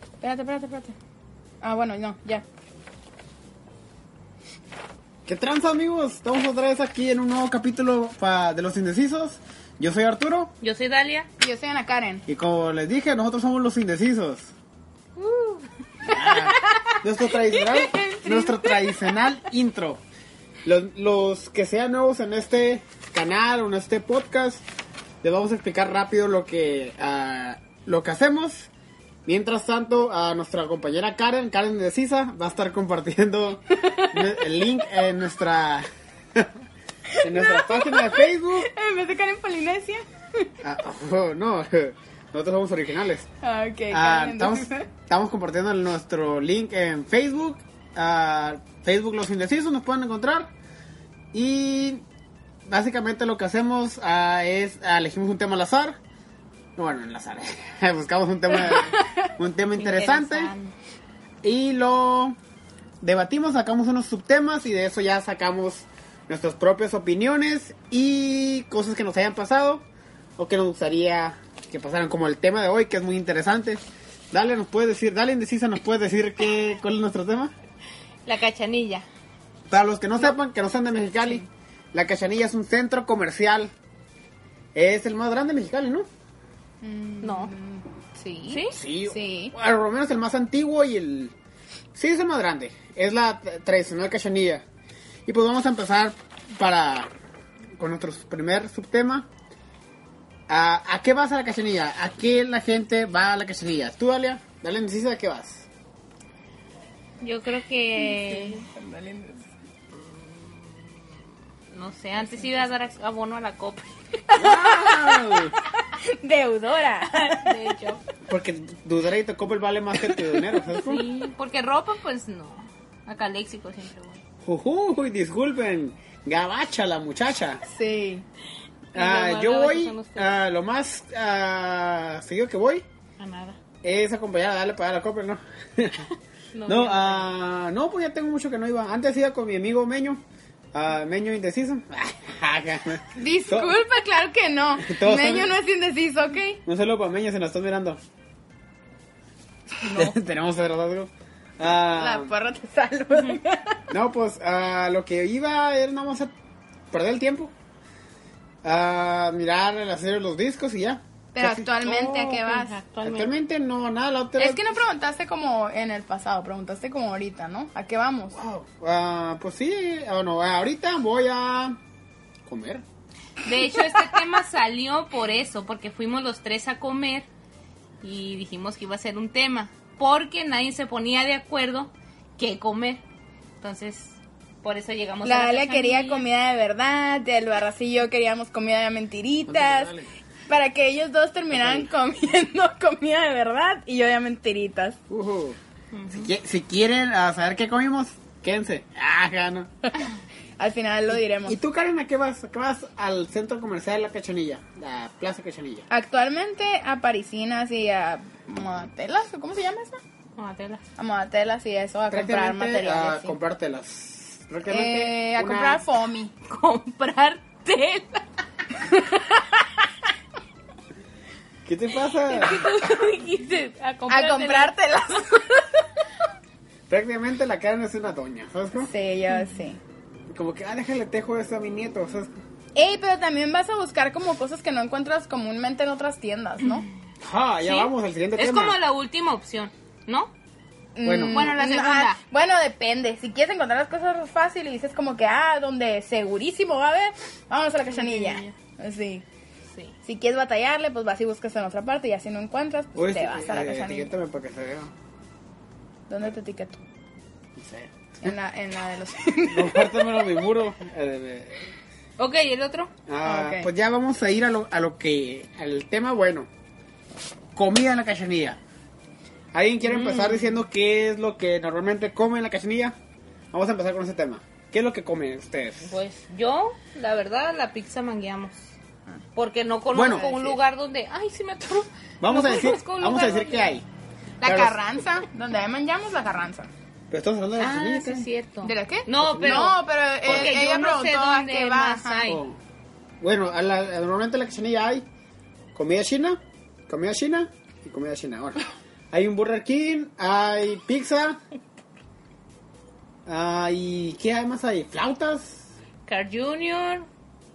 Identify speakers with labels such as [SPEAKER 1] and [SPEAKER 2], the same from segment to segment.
[SPEAKER 1] Espérate, espérate, espérate. Ah, bueno, no, ya.
[SPEAKER 2] ¿Qué tranza, amigos? Estamos otra vez aquí en un nuevo capítulo pa- de Los Indecisos. Yo soy Arturo
[SPEAKER 3] Yo soy Dalia.
[SPEAKER 1] Y Yo soy Ana Karen.
[SPEAKER 2] y como les dije, nosotros somos Los Indecisos. Ah, nuestro, tradicional, nuestro tradicional intro. Los, los que sean nuevos en este canal o en este podcast, les vamos a explicar rápido lo que, ah, lo que hacemos. Mientras tanto, a nuestra compañera Karen, Karen Indecisa, va a estar compartiendo el link en nuestra, en nuestra página de Facebook.
[SPEAKER 1] En vez de Karen Polinesia.
[SPEAKER 2] Ah, oh, no, nosotros somos originales.
[SPEAKER 1] Ah, ok.
[SPEAKER 2] Ah,
[SPEAKER 1] Karen,
[SPEAKER 2] estamos,
[SPEAKER 1] entonces.
[SPEAKER 2] estamos compartiendo el- nuestro link en Facebook. ah, Facebook Los Indecisos nos pueden encontrar. Y básicamente lo que hacemos ah, es ah, elegimos un tema al azar. Bueno, al azar. Buscamos un tema, un tema interesante. Y lo debatimos, sacamos unos subtemas y de eso ya sacamos nuestras propias opiniones y cosas que nos hayan pasado o que nos gustaría que pasaran, como el tema de hoy, que es muy interesante. Dale, nos puedes decir, dale indecisa, nos puedes decir qué, cuál es nuestro tema.
[SPEAKER 3] La cachanilla.
[SPEAKER 2] Para los que no sepan, que no sean de Mexicali, la Cachanilla es un centro comercial. Es el más grande de Mexicali, ¿no?
[SPEAKER 3] No.
[SPEAKER 1] Sí.
[SPEAKER 3] ¿Sí?
[SPEAKER 2] Sí.
[SPEAKER 1] Sí.
[SPEAKER 2] Bueno, por lo menos el más antiguo y el... Sí, es el más grande. Es la t- tradicional cachanilla. Y pues vamos a empezar para... Con nuestro primer subtema. ¿A, a qué vas a la cachanilla? ¿A qué la gente va a la cachanilla? Tú, Dalia, dale indecisa, ¿a qué vas?
[SPEAKER 3] Yo creo que. No sé, antes iba a dar abono a la copa.
[SPEAKER 2] ¡Wow!
[SPEAKER 3] Deudora. De hecho.
[SPEAKER 2] Porque dudaré y te copa el vale más que tu dinero. ¿sabes cómo?
[SPEAKER 3] Sí, porque ropa, pues no. Acá léxico siempre voy.
[SPEAKER 2] Ujuy, disculpen. Gabacha la muchacha.
[SPEAKER 1] Sí.
[SPEAKER 2] Ah,
[SPEAKER 3] Lo más
[SPEAKER 2] yo
[SPEAKER 3] gabachos
[SPEAKER 2] voy,
[SPEAKER 3] son ustedes.
[SPEAKER 2] ah, lo más ah, seguido que voy
[SPEAKER 3] A nada.
[SPEAKER 2] es acompañada, dale para la copa, ¿no? no,
[SPEAKER 3] voy a-
[SPEAKER 2] ah, no, pues ya tengo mucho que no iba. Antes iba con mi amigo Meño, ah, Meño Indeciso.
[SPEAKER 1] Disculpa, claro que no.
[SPEAKER 2] Todos
[SPEAKER 1] Meño
[SPEAKER 2] saben-
[SPEAKER 1] no es indeciso, ¿ok?
[SPEAKER 2] Un saludo para Meño, se nos estás mirando. Tenemos atrasado. Ah,
[SPEAKER 1] La porra te saluda.
[SPEAKER 2] No, pues a lo que iba era nada más a perder el tiempo. A mirar el acero de los discos y ya.
[SPEAKER 1] Pero
[SPEAKER 2] Casi-
[SPEAKER 1] actualmente, ¿a qué
[SPEAKER 3] Oh,
[SPEAKER 1] vas?
[SPEAKER 3] Actualmente.
[SPEAKER 2] Actualmente no, nada, la otra.
[SPEAKER 1] Es que no preguntaste como en el pasado, preguntaste como ahorita, ¿no? ¿A qué vamos?
[SPEAKER 2] Wow. Ah, pues sí, bueno, ahorita voy a comer.
[SPEAKER 3] De hecho, este tema salió por eso, porque fuimos los tres a comer y dijimos que iba a ser un tema, porque nadie se ponía de acuerdo qué comer. Entonces, por eso llegamos
[SPEAKER 1] La
[SPEAKER 3] a
[SPEAKER 1] Dalia quería
[SPEAKER 3] cachanilla.
[SPEAKER 1] comida de verdad, el Barras y yo queríamos comida de mentiritas.
[SPEAKER 2] Ándale, dale.
[SPEAKER 1] Para que ellos dos terminaran comiendo comida de verdad y yo de mentiritas.
[SPEAKER 2] Ujú. si, qui- si quieren ah, saber qué comimos, quédense. Ah, gano.
[SPEAKER 1] Al final lo diremos.
[SPEAKER 2] ¿Y tú, Karen, a qué vas? ¿A qué vas al centro comercial de la Cachanilla? La Plaza Cachanilla.
[SPEAKER 1] Actualmente a parisinas y a modatelas, ¿o ¿cómo se llama eso?
[SPEAKER 3] Módatela.
[SPEAKER 1] A modatelas y eso, a comprar
[SPEAKER 2] Prácticamente,
[SPEAKER 1] materiales.
[SPEAKER 2] A
[SPEAKER 1] sí.
[SPEAKER 2] comprártelas. Prácticamente
[SPEAKER 1] Eh, a
[SPEAKER 2] una-
[SPEAKER 1] comprar foamy.
[SPEAKER 3] Comprar tela.
[SPEAKER 2] ¿Qué te pasa?
[SPEAKER 3] Dijiste, a comprar
[SPEAKER 1] A comprártelas.
[SPEAKER 2] Prácticamente la Karen es una doña, ¿sabes? cómo?
[SPEAKER 1] sí, yo sí.
[SPEAKER 2] Como que, ah, déjale tejo eso a mi nieto, ¿sabes?
[SPEAKER 1] Ey, pero también vas a buscar como cosas que no encuentras comúnmente en otras tiendas, ¿no? Ah,
[SPEAKER 2] Ja, ya
[SPEAKER 3] Sí.
[SPEAKER 2] vamos al siguiente
[SPEAKER 3] Es
[SPEAKER 2] tema.
[SPEAKER 3] como la última opción, ¿no?
[SPEAKER 2] Bueno.
[SPEAKER 3] Bueno, la
[SPEAKER 1] Mm,
[SPEAKER 3] segunda.
[SPEAKER 1] ah, bueno, depende. Si quieres encontrar las cosas fácil y dices como que, ah, donde segurísimo va a haber, vámonos a la cachanilla. Sí.
[SPEAKER 3] Sí.
[SPEAKER 1] Si quieres batallarle, pues vas y buscas en otra parte y así no encuentras, pues
[SPEAKER 2] Uy,
[SPEAKER 1] te vas a la
[SPEAKER 2] eh,
[SPEAKER 1] cachanilla.
[SPEAKER 2] etiquétame para que se vea.
[SPEAKER 1] ¿Dónde te etiqueto?
[SPEAKER 2] No sé.
[SPEAKER 1] En la, en la de los...
[SPEAKER 2] Compártemelo a mi muro. Eh, eh,
[SPEAKER 3] Ok, ¿y el otro?
[SPEAKER 2] ah,
[SPEAKER 1] Ah, ok.
[SPEAKER 2] Pues ya vamos a ir a lo, a lo que. al tema bueno. Comida en la cachanilla. ¿Alguien quiere empezar diciendo qué es lo que normalmente come en la cachanilla? Vamos a empezar con ese tema. ¿Qué es lo que comen ustedes?
[SPEAKER 3] Pues yo, la verdad, la pizza mangueamos. Porque no
[SPEAKER 2] Bueno.
[SPEAKER 3] conozco un lugar donde. Ay, sí me atoró.
[SPEAKER 2] Vamos
[SPEAKER 3] No
[SPEAKER 2] a decir,
[SPEAKER 3] conozco un
[SPEAKER 2] vamos a
[SPEAKER 3] lugar
[SPEAKER 2] decir qué
[SPEAKER 3] donde-
[SPEAKER 2] hay.
[SPEAKER 1] La
[SPEAKER 2] Claro,
[SPEAKER 1] carranza, donde ahí manchamos la carranza.
[SPEAKER 2] Pero estamos hablando de la
[SPEAKER 3] Ah,
[SPEAKER 2] cachanilla.
[SPEAKER 3] sí, es
[SPEAKER 2] Karen.
[SPEAKER 3] cierto.
[SPEAKER 1] ¿De la qué?
[SPEAKER 3] No, pero.
[SPEAKER 1] No, pero eh,
[SPEAKER 3] Porque yo
[SPEAKER 1] ella
[SPEAKER 3] no
[SPEAKER 1] preguntó
[SPEAKER 3] sé
[SPEAKER 1] a
[SPEAKER 3] dónde
[SPEAKER 1] qué
[SPEAKER 3] más
[SPEAKER 1] vas.
[SPEAKER 3] hay.
[SPEAKER 2] Oh. Bueno, a la, a- normalmente en la cachanilla hay comida china, comida china y comida china. Ahora, Hay un Burger King, hay pizza. Hay. ¿Qué además hay? ¿Flautas?
[SPEAKER 3] Carl Jr.,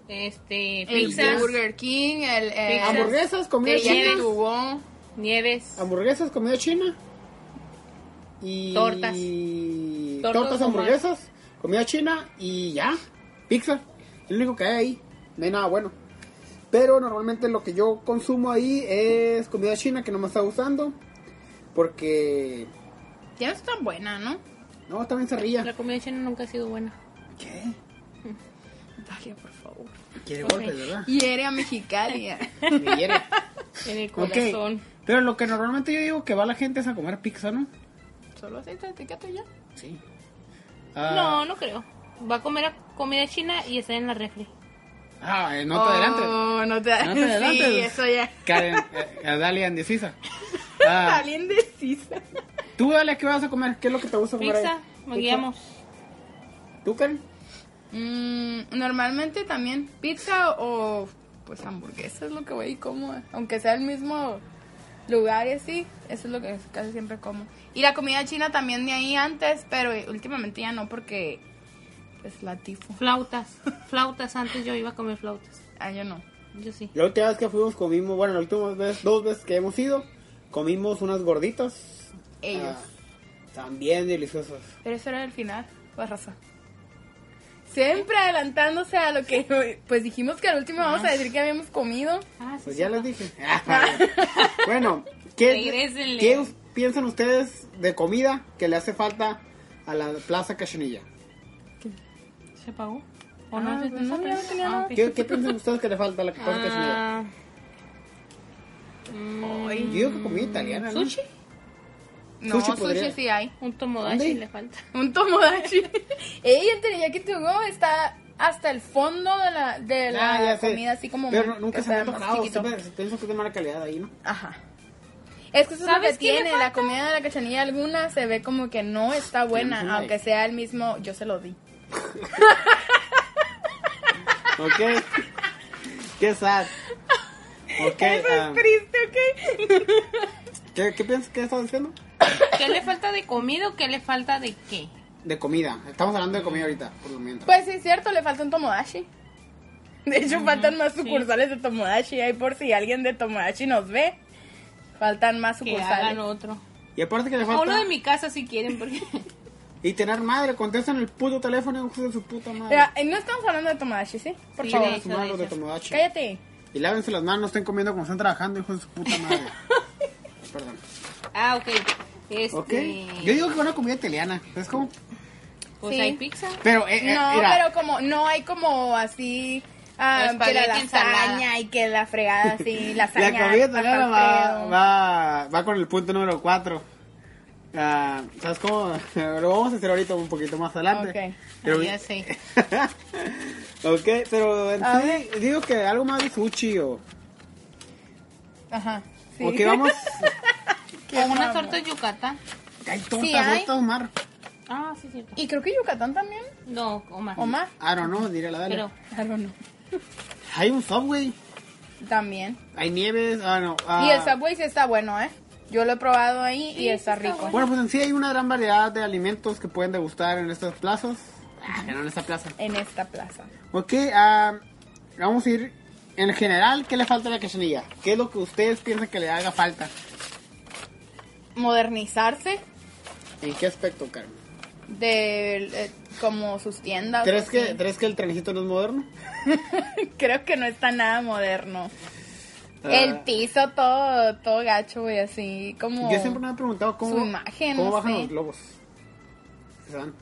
[SPEAKER 3] este,
[SPEAKER 4] El
[SPEAKER 3] pizzas,
[SPEAKER 4] Burger King, el... eh,
[SPEAKER 3] Pizzas.
[SPEAKER 2] ¿Hamburguesas? ¿Comida
[SPEAKER 4] que ya
[SPEAKER 2] china?
[SPEAKER 3] llenas.
[SPEAKER 4] estuvo.
[SPEAKER 3] nieves,
[SPEAKER 2] ¿Hamburguesas? ¿Comida china? Y.
[SPEAKER 3] Tortas.
[SPEAKER 2] Tortas,
[SPEAKER 3] Tortas, Omar.
[SPEAKER 2] hamburguesas, comida china y ya. Pizza. Es lo único que hay ahí. No hay nada bueno. Pero normalmente lo que yo consumo ahí es comida china que no me está gustando. Porque.
[SPEAKER 1] Ya no es tan buena, ¿no?
[SPEAKER 2] No, está bien cerrilla.
[SPEAKER 3] la comida china nunca ha sido buena.
[SPEAKER 2] ¿Qué?
[SPEAKER 1] Dalia, por favor.
[SPEAKER 2] Quiere
[SPEAKER 3] Ok.
[SPEAKER 2] golpes, ¿verdad?
[SPEAKER 1] Hiere a Mexicali. eh.
[SPEAKER 2] Me hiere.
[SPEAKER 3] En el
[SPEAKER 2] Ok.
[SPEAKER 3] corazón.
[SPEAKER 2] Pero lo que normalmente yo digo que va la gente es a comer pizza, ¿no?
[SPEAKER 1] Solo aceite de etiqueta ya.
[SPEAKER 2] Sí. Ah.
[SPEAKER 3] No, no creo. Va a comer a comida china y está en la refri.
[SPEAKER 2] Ah, eh, no te adelantes.
[SPEAKER 1] Oh, no te
[SPEAKER 2] No te adelantes.
[SPEAKER 1] Sí, eso ya.
[SPEAKER 2] Karen, eh, a Dalia indecisa. Ah,
[SPEAKER 1] Dalia indecisa.
[SPEAKER 2] tú, Dalia, ¿qué vas a comer? ¿Qué es lo que te gusta comer?
[SPEAKER 3] Pizza,
[SPEAKER 2] ahí?
[SPEAKER 3] nos
[SPEAKER 2] Pizza.
[SPEAKER 3] guiamos.
[SPEAKER 2] ¿Tú, Karen?
[SPEAKER 1] Mm, normalmente también pizza o pues hamburguesa es lo que voy y como. eh. Aunque sea el mismo lugar y así, eso es lo que casi siempre como. Y la comida china también de ahí antes, pero últimamente ya no porque pues la tifo.
[SPEAKER 3] Flautas, flautas. Antes yo iba a comer flautas.
[SPEAKER 1] Ah, yo no.
[SPEAKER 3] Yo sí.
[SPEAKER 2] La última vez que fuimos comimos, bueno, la última vez, dos veces que hemos ido, comimos unas gorditas.
[SPEAKER 1] Ellos.
[SPEAKER 2] Ah, también deliciosas.
[SPEAKER 1] Pero eso era el final, la raza. Siempre adelantándose a lo que pues dijimos que al último vamos a decir que habíamos comido.
[SPEAKER 3] Ah, sí,
[SPEAKER 2] Pues
[SPEAKER 3] sí,
[SPEAKER 2] ya
[SPEAKER 3] no.
[SPEAKER 2] les dije. bueno, ¿qué,
[SPEAKER 3] Regrésenle.
[SPEAKER 2] ¿qué us- piensan ustedes de comida que le hace falta a la Plaza Cachanilla?
[SPEAKER 3] ¿Se pagó? ¿O
[SPEAKER 1] Ah,
[SPEAKER 3] no? se-
[SPEAKER 1] pues no,
[SPEAKER 3] se-
[SPEAKER 1] ya no tenía
[SPEAKER 3] ah,
[SPEAKER 1] nada.
[SPEAKER 3] ok.
[SPEAKER 2] ¿Qué, qué piensan ustedes que le falta a la Plaza Cachanilla?
[SPEAKER 3] Ah, mm,
[SPEAKER 2] Yo digo que comida italiana, ¿no?
[SPEAKER 3] ¿Sushi?
[SPEAKER 1] No,
[SPEAKER 2] Sushi
[SPEAKER 1] sushi,
[SPEAKER 2] podría.
[SPEAKER 1] sí hay.
[SPEAKER 3] Un tomodachi
[SPEAKER 2] ¿Dónde?
[SPEAKER 3] le falta.
[SPEAKER 1] Un tomodachi. Ey, el teriyaki to go está hasta el fondo de la, de
[SPEAKER 2] Ah,
[SPEAKER 1] la
[SPEAKER 2] ya sé.
[SPEAKER 1] comida, así como
[SPEAKER 2] Pero
[SPEAKER 1] más-
[SPEAKER 2] no- nunca
[SPEAKER 1] o
[SPEAKER 2] se me ha
[SPEAKER 1] sea, más
[SPEAKER 2] tocado.
[SPEAKER 1] chiquito.
[SPEAKER 2] Siempre pienso que es de mala calidad ahí, ¿no?
[SPEAKER 1] Ajá. Es que eso es lo
[SPEAKER 3] ¿Sabes
[SPEAKER 1] que
[SPEAKER 3] qué le
[SPEAKER 1] tiene la
[SPEAKER 3] falta?
[SPEAKER 1] comida de la cachanilla alguna se ve como que no está buena,
[SPEAKER 2] Tiene una
[SPEAKER 1] aunque
[SPEAKER 2] ahí.
[SPEAKER 1] sea el mismo, yo se lo di.
[SPEAKER 2] Ok. Qué sad. Ok. ah,
[SPEAKER 1] Triste, ¿ok?
[SPEAKER 2] ¿qué, ¿Qué piensas que estás diciendo?
[SPEAKER 3] ¿Qué le falta de comida o qué le falta de qué?
[SPEAKER 2] De comida. Estamos hablando de comida ahorita, por lo mientras.
[SPEAKER 1] Pues sí, es cierto, le falta un tomodachi. De hecho, faltan más sucursales de tomodachi. Ahí por si alguien de tomodachi nos ve, faltan más
[SPEAKER 3] Que hagan
[SPEAKER 1] sucursales.
[SPEAKER 3] otro.
[SPEAKER 2] Y aparte que le
[SPEAKER 3] O uno
[SPEAKER 2] falta.
[SPEAKER 3] de mi casa si quieren, porque
[SPEAKER 2] Y tener madre, contestan el puto teléfono hijos de su puta madre.
[SPEAKER 1] Mira, eh, no estamos hablando de tomodachi, ¿sí? Por
[SPEAKER 3] Sí,
[SPEAKER 1] favor.
[SPEAKER 2] Chingan a su
[SPEAKER 3] de hecho,
[SPEAKER 2] madre
[SPEAKER 3] de
[SPEAKER 2] los de
[SPEAKER 3] hecho.
[SPEAKER 2] Tomodachi.
[SPEAKER 1] Cállate.
[SPEAKER 2] Y lávense las manos, no estén comiendo como están trabajando, hijos de su puta madre. Perdón.
[SPEAKER 3] Ah, ok. Este,
[SPEAKER 2] Ok. Yo digo que una comida italiana. ¿Sabes cómo?
[SPEAKER 3] Pues
[SPEAKER 1] Sí.
[SPEAKER 3] hay pizza.
[SPEAKER 2] Pero, eh, eh,
[SPEAKER 1] No,
[SPEAKER 2] mira,
[SPEAKER 1] pero como no hay como así ah,
[SPEAKER 3] O
[SPEAKER 1] que la
[SPEAKER 3] espagueti, ensalada.
[SPEAKER 1] lasaña y que la fregada así, lasaña.
[SPEAKER 2] La comida
[SPEAKER 1] papa
[SPEAKER 2] italiana va,
[SPEAKER 1] Alfredo.
[SPEAKER 2] va, va con el punto número 4. ¿Sabes cómo? Lo vamos a hacer ahorita un poquito más adelante.
[SPEAKER 1] Ok.
[SPEAKER 2] Pero,
[SPEAKER 3] Ah, ya sé.
[SPEAKER 2] ok, pero en
[SPEAKER 1] A
[SPEAKER 2] sí, digo que algo más de sushi o...
[SPEAKER 1] Ajá. Sí.
[SPEAKER 2] o que vamos...
[SPEAKER 3] O una torta de Yucatán.
[SPEAKER 2] Hay tortas
[SPEAKER 1] Sí, hay.
[SPEAKER 2] rotas, Omar.
[SPEAKER 3] Ah, sí, cierto.
[SPEAKER 1] Y creo que Yucatán también,
[SPEAKER 3] No, Omar.
[SPEAKER 1] Omar.
[SPEAKER 2] Ah, no, no, diré la dale.
[SPEAKER 3] Pero
[SPEAKER 1] Claro, no.
[SPEAKER 2] Hay un Subway,
[SPEAKER 1] También.
[SPEAKER 2] hay nieves, ah, no. ah,
[SPEAKER 1] Y el Subway sí está bueno, ¿eh? Yo lo he probado ahí y está, rico.
[SPEAKER 2] Bueno, pues en sí hay una gran variedad de alimentos que pueden degustar en estas plazas. Ah, no, en esta plaza.
[SPEAKER 1] En esta plaza.
[SPEAKER 2] Ok, ah, vamos a ir en general, ¿qué le falta a la cachanilla? ¿Qué es lo que ustedes piensan que le haga falta?
[SPEAKER 1] Modernizarse
[SPEAKER 2] ¿En qué aspecto, Carmen?
[SPEAKER 1] de eh, como sus tiendas.
[SPEAKER 2] ¿Crees
[SPEAKER 1] o
[SPEAKER 2] que,
[SPEAKER 1] así.
[SPEAKER 2] ¿Crees que el trenecito no es moderno?
[SPEAKER 1] Creo que no está nada moderno.
[SPEAKER 2] Ah.
[SPEAKER 1] El piso todo, todo gacho, güey, así como...
[SPEAKER 2] Yo siempre me he preguntado cómo,
[SPEAKER 1] Su imagen,
[SPEAKER 2] cómo
[SPEAKER 1] no
[SPEAKER 2] bajan
[SPEAKER 1] sé.
[SPEAKER 2] los globos. ¿Se van?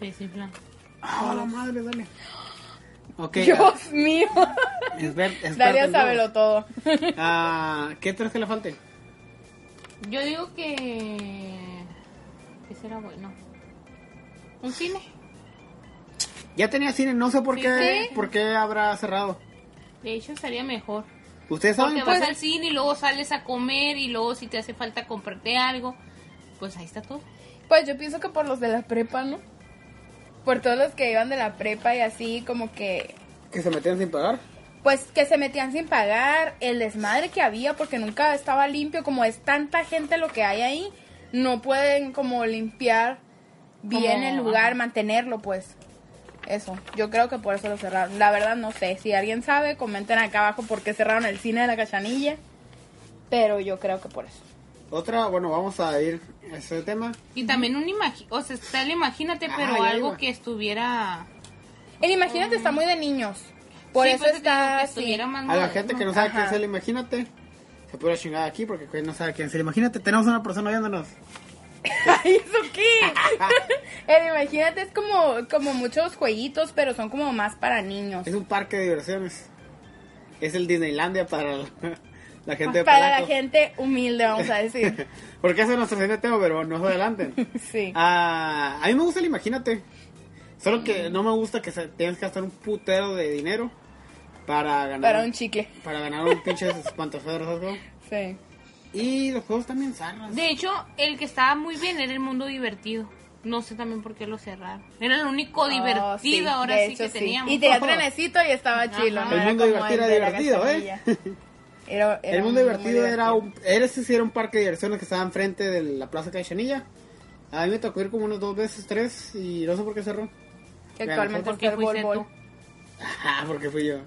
[SPEAKER 3] sí, sí, plan.
[SPEAKER 2] ¡Ah, la madre, dale! Ok, ah,
[SPEAKER 1] Dios mío.
[SPEAKER 2] es ver- es ver-
[SPEAKER 1] Daria
[SPEAKER 2] en
[SPEAKER 1] sábelo todo.
[SPEAKER 2] globos. Ah, ¿Qué crees que le falte?
[SPEAKER 3] Yo digo que. ¿Qué será bueno? Un cine.
[SPEAKER 2] Ya tenía cine, no sé por qué,
[SPEAKER 3] Sí.
[SPEAKER 2] por qué habrá cerrado.
[SPEAKER 3] De hecho, estaría mejor.
[SPEAKER 2] ¿Ustedes saben?
[SPEAKER 3] Porque
[SPEAKER 2] pues?
[SPEAKER 3] vas al cine y luego sales a comer y luego si te hace falta comprarte algo, pues ahí está todo.
[SPEAKER 1] Pues yo pienso que por los de la prepa, ¿no? Por todos los que iban de la prepa y así como que...
[SPEAKER 2] ¿Que se metían sin pagar?
[SPEAKER 1] pues que se metían sin pagar, el desmadre que había porque nunca estaba limpio, como es tanta gente lo que hay ahí, no pueden como limpiar bien
[SPEAKER 3] Como-
[SPEAKER 1] el lugar, mantenerlo pues. Eso, yo creo que por eso lo cerraron. La verdad no sé, si alguien sabe, comenten acá abajo por qué cerraron el cine de la cachanilla, pero yo creo que por eso.
[SPEAKER 2] Otra, bueno, vamos a ir a ese tema.
[SPEAKER 3] Y también un imagi o sea, está el imagínate,
[SPEAKER 2] Ah,
[SPEAKER 3] pero
[SPEAKER 2] ya
[SPEAKER 3] algo
[SPEAKER 2] iba.
[SPEAKER 3] que estuviera...
[SPEAKER 1] El imagínate está muy de niños, por
[SPEAKER 3] Sí,
[SPEAKER 1] eso
[SPEAKER 3] pues,
[SPEAKER 1] está
[SPEAKER 3] que
[SPEAKER 1] así.
[SPEAKER 3] estuviera más
[SPEAKER 2] A la
[SPEAKER 3] moderno.
[SPEAKER 2] gente que no sabe quién
[SPEAKER 1] Ajá.
[SPEAKER 2] es el Imagínate, se puede chingar aquí porque pues, no sabe quién es el Imagínate. Tenemos una persona viéndonos. Ah,
[SPEAKER 1] Ay, ¿eso qué? El Imagínate es como, como muchos jueguitos, pero son como más para niños.
[SPEAKER 2] Es un parque de diversiones. Es el Disneylandia para la, la gente
[SPEAKER 1] Pues
[SPEAKER 2] de
[SPEAKER 1] Para la
[SPEAKER 2] Palaco.
[SPEAKER 1] gente humilde, vamos a decir.
[SPEAKER 2] Porque ese es nuestro siguiente tema, pero no se adelanten.
[SPEAKER 1] Sí.
[SPEAKER 2] Ah, a mí me gusta el Imagínate. Solo que no me gusta que se- tienes que gastar un putero de dinero para ganar
[SPEAKER 1] Para un chicle.
[SPEAKER 2] para ganar un pinche espantafuegos. ¿sabes cómo?
[SPEAKER 1] Sí.
[SPEAKER 2] Y los juegos también zarras.
[SPEAKER 3] De hecho, el que estaba muy bien era el mundo divertido. No sé también por qué lo cerraron. Era el único divertido
[SPEAKER 1] Oh, sí,
[SPEAKER 3] ahora
[SPEAKER 1] de
[SPEAKER 3] sí
[SPEAKER 1] hecho,
[SPEAKER 3] que teníamos.
[SPEAKER 1] Y tenía trenecito y estaba chilo. ¿no?
[SPEAKER 2] Oh. El mundo
[SPEAKER 1] como
[SPEAKER 2] divertido
[SPEAKER 1] el de
[SPEAKER 2] era
[SPEAKER 1] la
[SPEAKER 2] divertido, ¿eh?
[SPEAKER 1] cachanilla. Era- era
[SPEAKER 2] el mundo
[SPEAKER 1] un
[SPEAKER 2] divertido
[SPEAKER 1] muy
[SPEAKER 2] era un, era, ese sí era un parque de diversiones que estaba enfrente de la plaza Caixanilla. A mí me tocó ir como unas dos veces, tres, y no sé por qué cerró.
[SPEAKER 1] Que actualmente
[SPEAKER 3] Porque
[SPEAKER 1] está el
[SPEAKER 3] fuiste
[SPEAKER 1] Bol Bol.
[SPEAKER 2] Ajá, Ah, porque fui yo.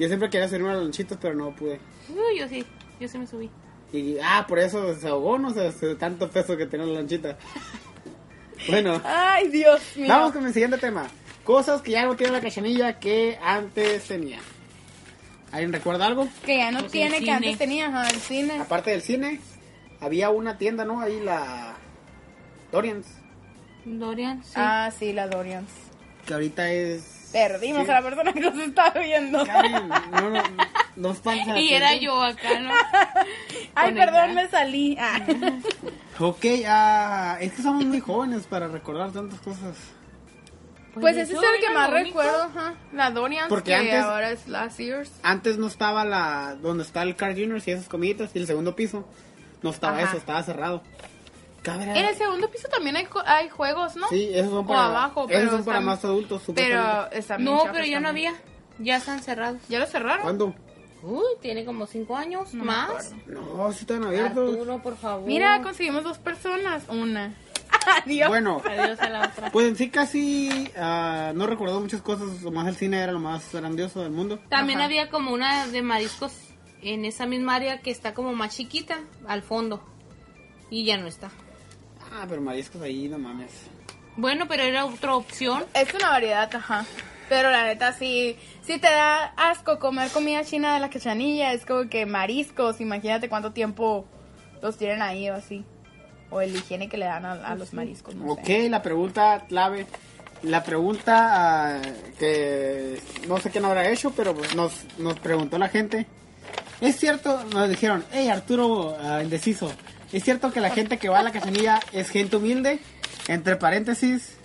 [SPEAKER 2] Yo siempre quería subirme a los lonchitos, pero no pude.
[SPEAKER 3] Uy, yo sí, yo sí me subí.
[SPEAKER 2] Y, ah, por eso se ahogó, no sé, de tanto peso que tenía la lonchita. Bueno,
[SPEAKER 1] Ay, Dios mío.
[SPEAKER 2] vamos con el siguiente tema. Cosas que ya no tiene la Caixanilla que antes tenía. ¿Alguien recuerda algo?
[SPEAKER 1] Que ya no
[SPEAKER 3] Pues el
[SPEAKER 1] tiene, que
[SPEAKER 3] cine.
[SPEAKER 1] antes tenía, ajá, el cine.
[SPEAKER 2] Aparte del cine, había una tienda, ¿no? Ahí la... Dorian's.
[SPEAKER 3] Dorian, sí.
[SPEAKER 1] Ah, sí, la Dorians.
[SPEAKER 2] Que ahorita es...
[SPEAKER 1] Perdimos
[SPEAKER 2] Sí.
[SPEAKER 1] a la persona que nos está viendo.
[SPEAKER 2] Karen, no, no, no es falsa.
[SPEAKER 3] y era yo acá, ¿no?
[SPEAKER 1] Ay,
[SPEAKER 3] Con Pues el
[SPEAKER 1] perdón,
[SPEAKER 3] gas.
[SPEAKER 1] me salí. Ah.
[SPEAKER 2] Ok, ah, es que somos muy jóvenes para recordar tantas cosas.
[SPEAKER 1] Pues ese es
[SPEAKER 3] eso
[SPEAKER 1] el que
[SPEAKER 3] era
[SPEAKER 1] más
[SPEAKER 3] lo único.
[SPEAKER 1] recuerdo, ajá. La Dorian,
[SPEAKER 2] Porque
[SPEAKER 1] que
[SPEAKER 2] antes-
[SPEAKER 1] ahora es la Sears.
[SPEAKER 2] Antes no estaba la... Donde está el Carl Jr. y esas comiditas y el segundo piso. No estaba
[SPEAKER 1] Ajá.
[SPEAKER 2] eso, estaba cerrado. Cabrera.
[SPEAKER 1] En el segundo piso también hay, co- hay juegos, ¿no?
[SPEAKER 2] Sí, esos son
[SPEAKER 1] O
[SPEAKER 2] para,
[SPEAKER 1] abajo, pero
[SPEAKER 2] esos son para
[SPEAKER 1] están-
[SPEAKER 2] más adultos,
[SPEAKER 1] Pero
[SPEAKER 2] supuestamente.
[SPEAKER 1] están bien
[SPEAKER 3] No,
[SPEAKER 1] chafas
[SPEAKER 3] pero ya no
[SPEAKER 1] también.
[SPEAKER 3] había. Ya están cerrados.
[SPEAKER 1] ¿Ya lo cerraron?
[SPEAKER 2] ¿Cuándo?
[SPEAKER 3] Uy, tiene como cinco años
[SPEAKER 1] No me
[SPEAKER 3] más.
[SPEAKER 2] No, sí están abiertos.
[SPEAKER 3] Arturo, por favor.
[SPEAKER 1] Mira, conseguimos dos personas. Una. Adiós.
[SPEAKER 2] Bueno,
[SPEAKER 3] Adiós a la otra.
[SPEAKER 2] Pues en sí casi ah, no recordó muchas cosas, lo más el cine era lo más grandioso del mundo.
[SPEAKER 3] También
[SPEAKER 1] Ajá.
[SPEAKER 3] había como una de mariscos en esa misma área que está como más chiquita, al fondo. Y ya no está.
[SPEAKER 2] Ah, pero mariscos ahí, no mames.
[SPEAKER 3] Bueno, pero era otra opción.
[SPEAKER 1] Es una variedad, ajá. Pero la neta, sí, sí te da asco comer comida china de la cachanilla. Es como que mariscos. Imagínate cuánto tiempo los tienen ahí o así. O el higiene que le dan a, a los mariscos. No
[SPEAKER 2] ok,
[SPEAKER 1] sé.
[SPEAKER 2] la pregunta clave, la pregunta ah, que no sé quién habrá hecho, pero pues nos, nos preguntó la gente. Es cierto, nos dijeron, hey Arturo ah, indeciso, es cierto que la gente que va a la cachanilla es gente humilde, entre paréntesis.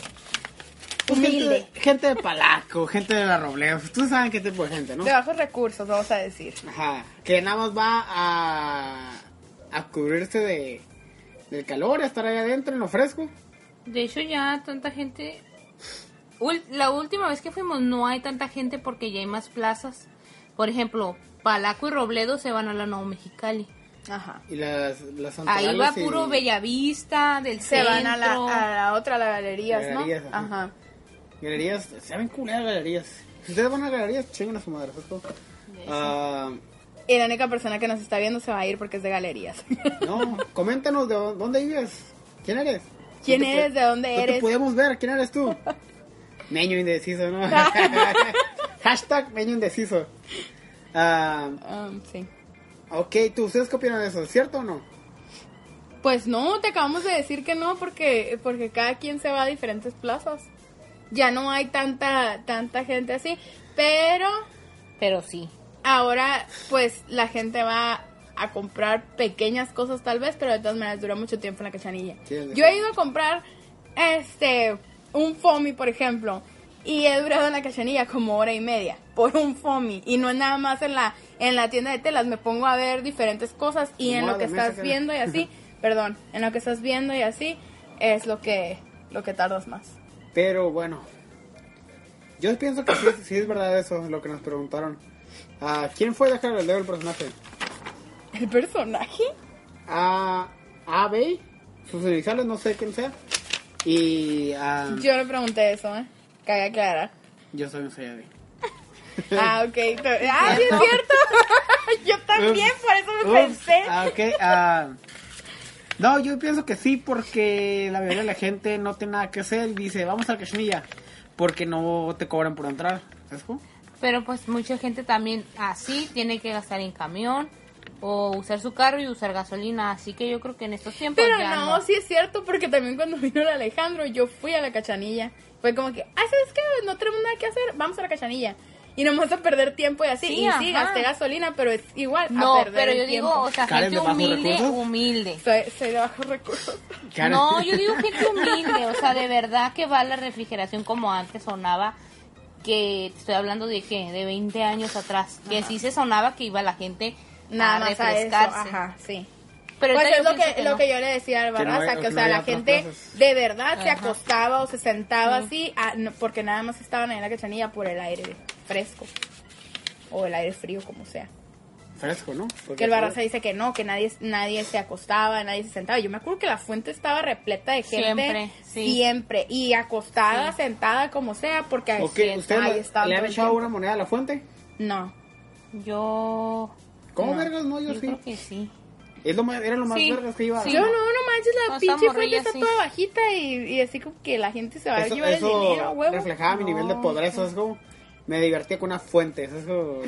[SPEAKER 2] pues,
[SPEAKER 1] Humilde.
[SPEAKER 2] Gente, gente de Palaco, gente de la Robleo, ustedes saben qué tipo de gente, ¿no?
[SPEAKER 1] De bajos recursos, vamos a decir.
[SPEAKER 2] Ajá, que nada más va a, a cubrirse de, del calor, a estar ahí adentro en lo fresco.
[SPEAKER 3] De hecho, ya tanta gente. Ul- La última vez que fuimos no hay tanta gente porque ya hay más plazas. Por ejemplo, Palaco y Robledo se van a la Nuevo Mexicali.
[SPEAKER 1] Ajá.
[SPEAKER 2] Y las, las
[SPEAKER 3] Ahí
[SPEAKER 2] santorales
[SPEAKER 3] va
[SPEAKER 2] y-
[SPEAKER 3] puro Bellavista, del
[SPEAKER 1] Se
[SPEAKER 3] centro.
[SPEAKER 1] van a la, a la otra, a la galerías, ¿no?
[SPEAKER 2] Galerías, ajá.
[SPEAKER 1] Ajá.
[SPEAKER 2] Galerías, se ven culeras galerías. Si ustedes van a galerías, chingan a su madre, ¿sabes? Ah,
[SPEAKER 1] Y la única persona que nos está viendo se va a ir porque es de galerías.
[SPEAKER 2] no, coméntanos de dó- dónde vives, quién eres.
[SPEAKER 1] ¿Quién
[SPEAKER 2] No te
[SPEAKER 1] eres?
[SPEAKER 2] pu-
[SPEAKER 1] ¿De dónde
[SPEAKER 2] no te
[SPEAKER 1] eres?
[SPEAKER 2] podemos ver, ¿quién eres tú? Meño indeciso, ¿no? Hashtag meño indeciso. Ah,
[SPEAKER 1] Um, sí.
[SPEAKER 2] ok, ¿tú ustedes qué opinan de eso? ¿Cierto o no?
[SPEAKER 1] Pues no, te acabamos de decir que no porque porque cada quien se va a diferentes plazas. Ya no hay tanta tanta gente así, pero
[SPEAKER 3] Pero sí.
[SPEAKER 1] ahora pues la gente va a comprar pequeñas cosas tal vez, pero de todas maneras dura mucho tiempo en la cachanilla.
[SPEAKER 2] Sí, es
[SPEAKER 1] Yo he
[SPEAKER 2] verdad.
[SPEAKER 1] ido a comprar este un foamy, por ejemplo, y he durado en la cachanilla como hora y media por un foamy y no es nada más en la en la tienda de telas, me pongo a ver diferentes cosas y en
[SPEAKER 2] Moda
[SPEAKER 1] lo que
[SPEAKER 2] de mesa,
[SPEAKER 1] estás
[SPEAKER 2] cara.
[SPEAKER 1] viendo y así, perdón, en lo que estás viendo y así es lo que lo que tardas más.
[SPEAKER 2] Pero bueno, yo pienso que sí, sí es verdad eso, lo que nos preguntaron. Ah, ¿Quién fue dejar el dedo el personaje?
[SPEAKER 1] ¿El personaje?
[SPEAKER 2] A Abe, sus iniciales, no sé quién sea. Y a. Yo,
[SPEAKER 1] Yo le pregunté eso, ¿eh? Cabe aclarar.
[SPEAKER 2] soy un Saiyajin.
[SPEAKER 1] Ah, ok. to- Ah, sí, es cierto. Yo también, por eso me
[SPEAKER 2] Ups,
[SPEAKER 1] pensé.
[SPEAKER 2] ah, ok, ah. no, yo pienso que sí, porque la mayoría de la gente no tiene nada que hacer y dice, vamos al Cachemilla, porque no te cobran por entrar. ¿Sabes cómo?
[SPEAKER 3] Pero pues mucha gente también así tiene que gastar en camión o usar su carro y usar gasolina. Así que yo creo que en estos tiempos
[SPEAKER 1] Pero
[SPEAKER 3] ya
[SPEAKER 1] no, sí es cierto, porque también cuando vino el Alejandro, yo fui a la cachanilla. Fue como que, ah, ¿sabes qué? No tenemos nada que hacer, vamos a la cachanilla. Y no vamos a perder tiempo y así.
[SPEAKER 3] Sí,
[SPEAKER 1] y sí,
[SPEAKER 3] ajá.
[SPEAKER 1] gasté gasolina, pero es igual. a
[SPEAKER 3] No,
[SPEAKER 1] perder
[SPEAKER 3] pero
[SPEAKER 1] el
[SPEAKER 3] yo digo,
[SPEAKER 1] tiempo.
[SPEAKER 3] o sea,
[SPEAKER 2] Karen
[SPEAKER 3] gente
[SPEAKER 2] de bajos
[SPEAKER 3] humilde,
[SPEAKER 2] recursos.
[SPEAKER 3] humilde.
[SPEAKER 1] Soy, soy de bajos recursos.
[SPEAKER 2] Karen.
[SPEAKER 3] No, yo digo gente humilde, o sea, de verdad que va la refrigeración como antes sonaba, que te estoy hablando de que de 20 años atrás, que sí se sonaba que iba la gente
[SPEAKER 1] Nada
[SPEAKER 3] a
[SPEAKER 1] más a eso.
[SPEAKER 3] refrescarse.
[SPEAKER 1] Ajá, sí.
[SPEAKER 3] Pero
[SPEAKER 1] pues
[SPEAKER 3] ahorita
[SPEAKER 1] es
[SPEAKER 3] yo
[SPEAKER 1] lo que,
[SPEAKER 3] pienso que
[SPEAKER 1] lo
[SPEAKER 3] no.
[SPEAKER 1] que yo le decía a
[SPEAKER 2] no
[SPEAKER 1] Barraza,
[SPEAKER 2] hay-
[SPEAKER 1] que, o
[SPEAKER 2] que no
[SPEAKER 1] sea,
[SPEAKER 2] hay
[SPEAKER 1] la
[SPEAKER 2] otras
[SPEAKER 1] gente
[SPEAKER 2] plazas.
[SPEAKER 1] de verdad se
[SPEAKER 3] Ajá.
[SPEAKER 1] acostaba o se sentaba así, a- no, porque nada más estaban ahí en la cachanilla por el aire fresco. O el aire frío, como sea.
[SPEAKER 2] Fresco, ¿no? pues,
[SPEAKER 1] Que el Barraza dice que no, que nadie, nadie se acostaba, nadie se sentaba. Yo me acuerdo que la fuente estaba repleta de gente.
[SPEAKER 3] Siempre, sí.
[SPEAKER 1] Siempre. Y acostada, sentada, como sea, porque ahí
[SPEAKER 2] Ok,
[SPEAKER 1] sí,
[SPEAKER 2] ¿ustedes
[SPEAKER 1] ahí
[SPEAKER 2] le-
[SPEAKER 1] estaban
[SPEAKER 2] le han
[SPEAKER 1] todo el
[SPEAKER 2] echado
[SPEAKER 1] tiempo.
[SPEAKER 2] una moneda a la fuente?
[SPEAKER 1] No.
[SPEAKER 3] Yo...
[SPEAKER 2] ¿Cómo vergas? No, yo,
[SPEAKER 3] yo
[SPEAKER 2] sí.
[SPEAKER 3] creo que sí.
[SPEAKER 2] Es lo más, era lo más
[SPEAKER 3] Sí,
[SPEAKER 2] vergas que iba.
[SPEAKER 3] sí.
[SPEAKER 1] Yo no, no manches, la
[SPEAKER 3] No, está
[SPEAKER 1] pinche fuente
[SPEAKER 3] morrilla,
[SPEAKER 1] está
[SPEAKER 3] sí.
[SPEAKER 1] toda bajita y, y así como que la gente se va a
[SPEAKER 2] Eso,
[SPEAKER 1] llevar
[SPEAKER 2] eso
[SPEAKER 1] el dinero a huevo.
[SPEAKER 2] reflejaba mi nivel de
[SPEAKER 3] No,
[SPEAKER 2] pobreza, es como me divertía con una fuente, es como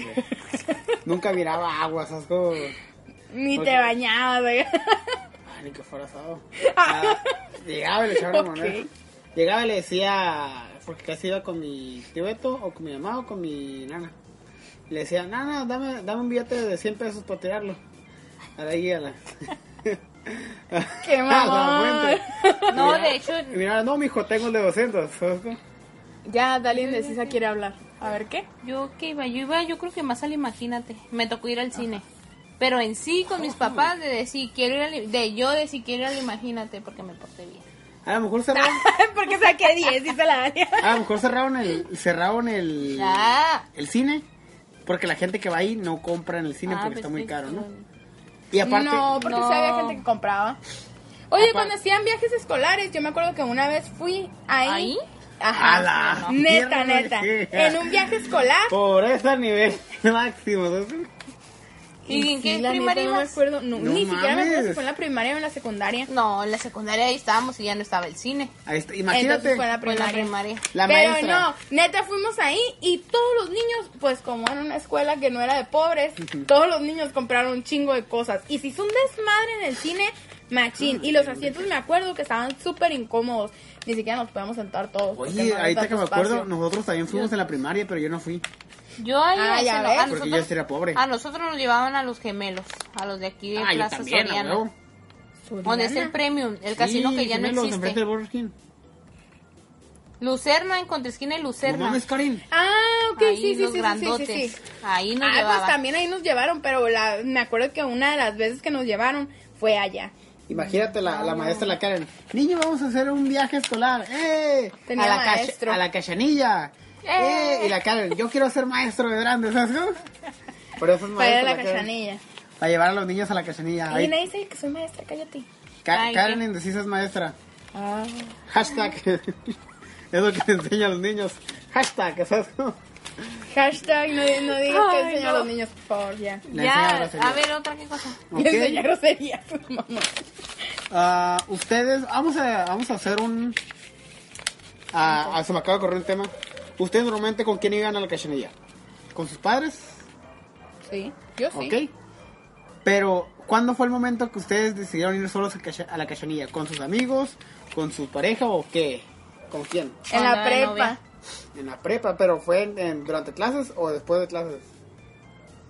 [SPEAKER 2] nunca miraba agua, es como
[SPEAKER 1] Ni
[SPEAKER 2] Ok.
[SPEAKER 1] te bañabas, güey.
[SPEAKER 2] Ay, ni que fuera asado. Ah, llegaba y le echaba una
[SPEAKER 1] Ok.
[SPEAKER 2] moneda. Llegaba y le decía, porque casi iba con mi tío Beto, o con mi mamá, o con mi nana. Le decía, nana, dame, dame un billete de 100 pesos para tirarlo. A la guíala. Ah,
[SPEAKER 1] Qué mamón.
[SPEAKER 3] No, de hecho,
[SPEAKER 2] Y mira, no, mijo, tengo el de 200. ¿sabes cómo?
[SPEAKER 1] Ya, Dalí indecisa quiere hablar. A ver, ¿qué?
[SPEAKER 3] yo que iba, yo iba, yo creo que más al Imagínate. Me tocó ir al cine. Pero en sí, con mis papás, de decir, quiero ir al... De yo decir, quiero ir al Imagínate porque me porté bien.
[SPEAKER 2] A lo mejor cerraron,
[SPEAKER 1] Porque saqué 10, dice la Dani.
[SPEAKER 2] Ah, a lo mejor cerraron el, cerraron el,
[SPEAKER 3] Ah.
[SPEAKER 2] el cine. Porque la gente que va ahí no compra en el cine
[SPEAKER 3] Ah,
[SPEAKER 2] porque
[SPEAKER 3] pues
[SPEAKER 2] está muy
[SPEAKER 3] sí,
[SPEAKER 2] caro, ¿no?
[SPEAKER 3] bueno.
[SPEAKER 2] Y aparte,
[SPEAKER 1] no, porque
[SPEAKER 3] No.
[SPEAKER 1] sí había gente que compraba. Oye,
[SPEAKER 2] Aparte-
[SPEAKER 1] cuando hacían viajes escolares, yo me acuerdo que una vez fui ahí.
[SPEAKER 3] ¿Ahí?
[SPEAKER 1] Ajá.
[SPEAKER 2] A la
[SPEAKER 1] Neta,
[SPEAKER 2] mierda,
[SPEAKER 1] neta.
[SPEAKER 2] sí.
[SPEAKER 1] En un viaje escolar.
[SPEAKER 2] pobreza a nivel máximo. ¿sabes?
[SPEAKER 3] ¿Y en qué
[SPEAKER 1] sí, la
[SPEAKER 3] primaria
[SPEAKER 1] neta, No me
[SPEAKER 3] ibas?
[SPEAKER 1] acuerdo, no,
[SPEAKER 2] No
[SPEAKER 1] ni siquiera me acuerdo si
[SPEAKER 2] mames.
[SPEAKER 1] fue en la primaria o en la secundaria.
[SPEAKER 3] No, en la secundaria ahí estábamos y ya no estaba el cine.
[SPEAKER 2] Ahí está, imagínate.
[SPEAKER 1] Entonces fue la
[SPEAKER 3] Fue en la
[SPEAKER 1] primaria.
[SPEAKER 3] primaria.
[SPEAKER 2] La
[SPEAKER 1] Pero
[SPEAKER 2] maestra.
[SPEAKER 1] no, neta fuimos ahí y todos los niños, pues como era una escuela que no era de pobres, todos los niños compraron un chingo de cosas. Y se hizo un desmadre en el cine, machín.
[SPEAKER 2] Ah,
[SPEAKER 1] Y los asientos me acuerdo que estaban súper incómodos. Ni siquiera nos podíamos sentar todos. porque no
[SPEAKER 2] Oye,
[SPEAKER 1] había
[SPEAKER 2] ahorita
[SPEAKER 1] tanto
[SPEAKER 2] que me acuerdo,
[SPEAKER 1] espacio.
[SPEAKER 2] nosotros también fuimos en la primaria, pero yo no fui.
[SPEAKER 3] Yo ahí
[SPEAKER 1] Ah,
[SPEAKER 3] ese
[SPEAKER 1] ya
[SPEAKER 3] no,
[SPEAKER 1] ves.
[SPEAKER 3] a
[SPEAKER 2] Porque
[SPEAKER 3] nosotros,
[SPEAKER 2] yo sí era pobre.
[SPEAKER 3] a nosotros nos llevaban a los gemelos, a los de aquí de
[SPEAKER 2] ah, yo
[SPEAKER 3] Plaza
[SPEAKER 2] también, a
[SPEAKER 3] Soriana.
[SPEAKER 2] huevo.
[SPEAKER 3] Donde está el
[SPEAKER 1] Soriana.
[SPEAKER 3] premium, el casino
[SPEAKER 2] Sí,
[SPEAKER 3] que ya no
[SPEAKER 2] gemelos,
[SPEAKER 3] existe.
[SPEAKER 2] enfrente del Burger King.
[SPEAKER 3] Lucerna, en contraesquina de
[SPEAKER 2] No
[SPEAKER 3] Lucerna.
[SPEAKER 2] mames, Karin.
[SPEAKER 1] Ah, ok,
[SPEAKER 3] ahí
[SPEAKER 1] sí, sí,
[SPEAKER 3] los
[SPEAKER 1] sí, sí, sí,
[SPEAKER 3] grandotes.
[SPEAKER 1] sí, sí.
[SPEAKER 3] Ahí nos
[SPEAKER 1] Ah,
[SPEAKER 3] llevaban.
[SPEAKER 1] pues también ahí nos llevaron, pero la, me acuerdo que una de las veces que nos llevaron fue allá.
[SPEAKER 2] Imagínate la, la maestra, la Karen. Niño, vamos a hacer un viaje escolar. ¡Eh!
[SPEAKER 1] Tenía
[SPEAKER 2] a, la cacha-
[SPEAKER 1] maestro.
[SPEAKER 2] a la cachanilla.
[SPEAKER 3] ¡Eh!
[SPEAKER 2] ¡Eh! Y la Karen, yo quiero ser maestro de grande, ¿sabes? cómo? Por eso es
[SPEAKER 1] Fue de
[SPEAKER 2] maestra.
[SPEAKER 1] la
[SPEAKER 2] Karen.
[SPEAKER 1] cachanilla.
[SPEAKER 2] A llevar a los niños a la cachanilla.
[SPEAKER 1] Y
[SPEAKER 2] Ahí.
[SPEAKER 1] nadie dice que soy maestra, cállate.
[SPEAKER 2] Ka-
[SPEAKER 3] Ay,
[SPEAKER 2] Karen
[SPEAKER 3] qué-
[SPEAKER 2] indecisa es maestra.
[SPEAKER 1] Ah.
[SPEAKER 2] Hashtag. es lo que le enseña a los niños. Hashtag, ¿sabes? cómo?
[SPEAKER 1] Hashtag no, no digas que
[SPEAKER 3] Ay,
[SPEAKER 1] enseña a
[SPEAKER 3] no.
[SPEAKER 1] los niños, por favor, ya.
[SPEAKER 2] Le enseña
[SPEAKER 3] ya,
[SPEAKER 2] grosería.
[SPEAKER 3] a ver, otra qué cosa.
[SPEAKER 1] Y
[SPEAKER 2] Ok.
[SPEAKER 1] enseña groserías, mamá.
[SPEAKER 2] Ah, ustedes, vamos a, vamos a hacer un. Ah, ah, se me acaba de correr un tema. ¿Ustedes normalmente con quién iban a la cachanilla? ¿Con sus padres?
[SPEAKER 1] Sí, yo sí. Oh,
[SPEAKER 2] Ok. Pero, ¿cuándo fue el momento que ustedes decidieron ir solos a cacha- a la cachanilla? ¿Con sus amigos? ¿Con su pareja o qué? ¿Con quién?
[SPEAKER 1] En la
[SPEAKER 3] Cuando era
[SPEAKER 1] prepa,
[SPEAKER 3] novia.
[SPEAKER 2] En la prepa, pero fue en- en- durante clases o después de clases.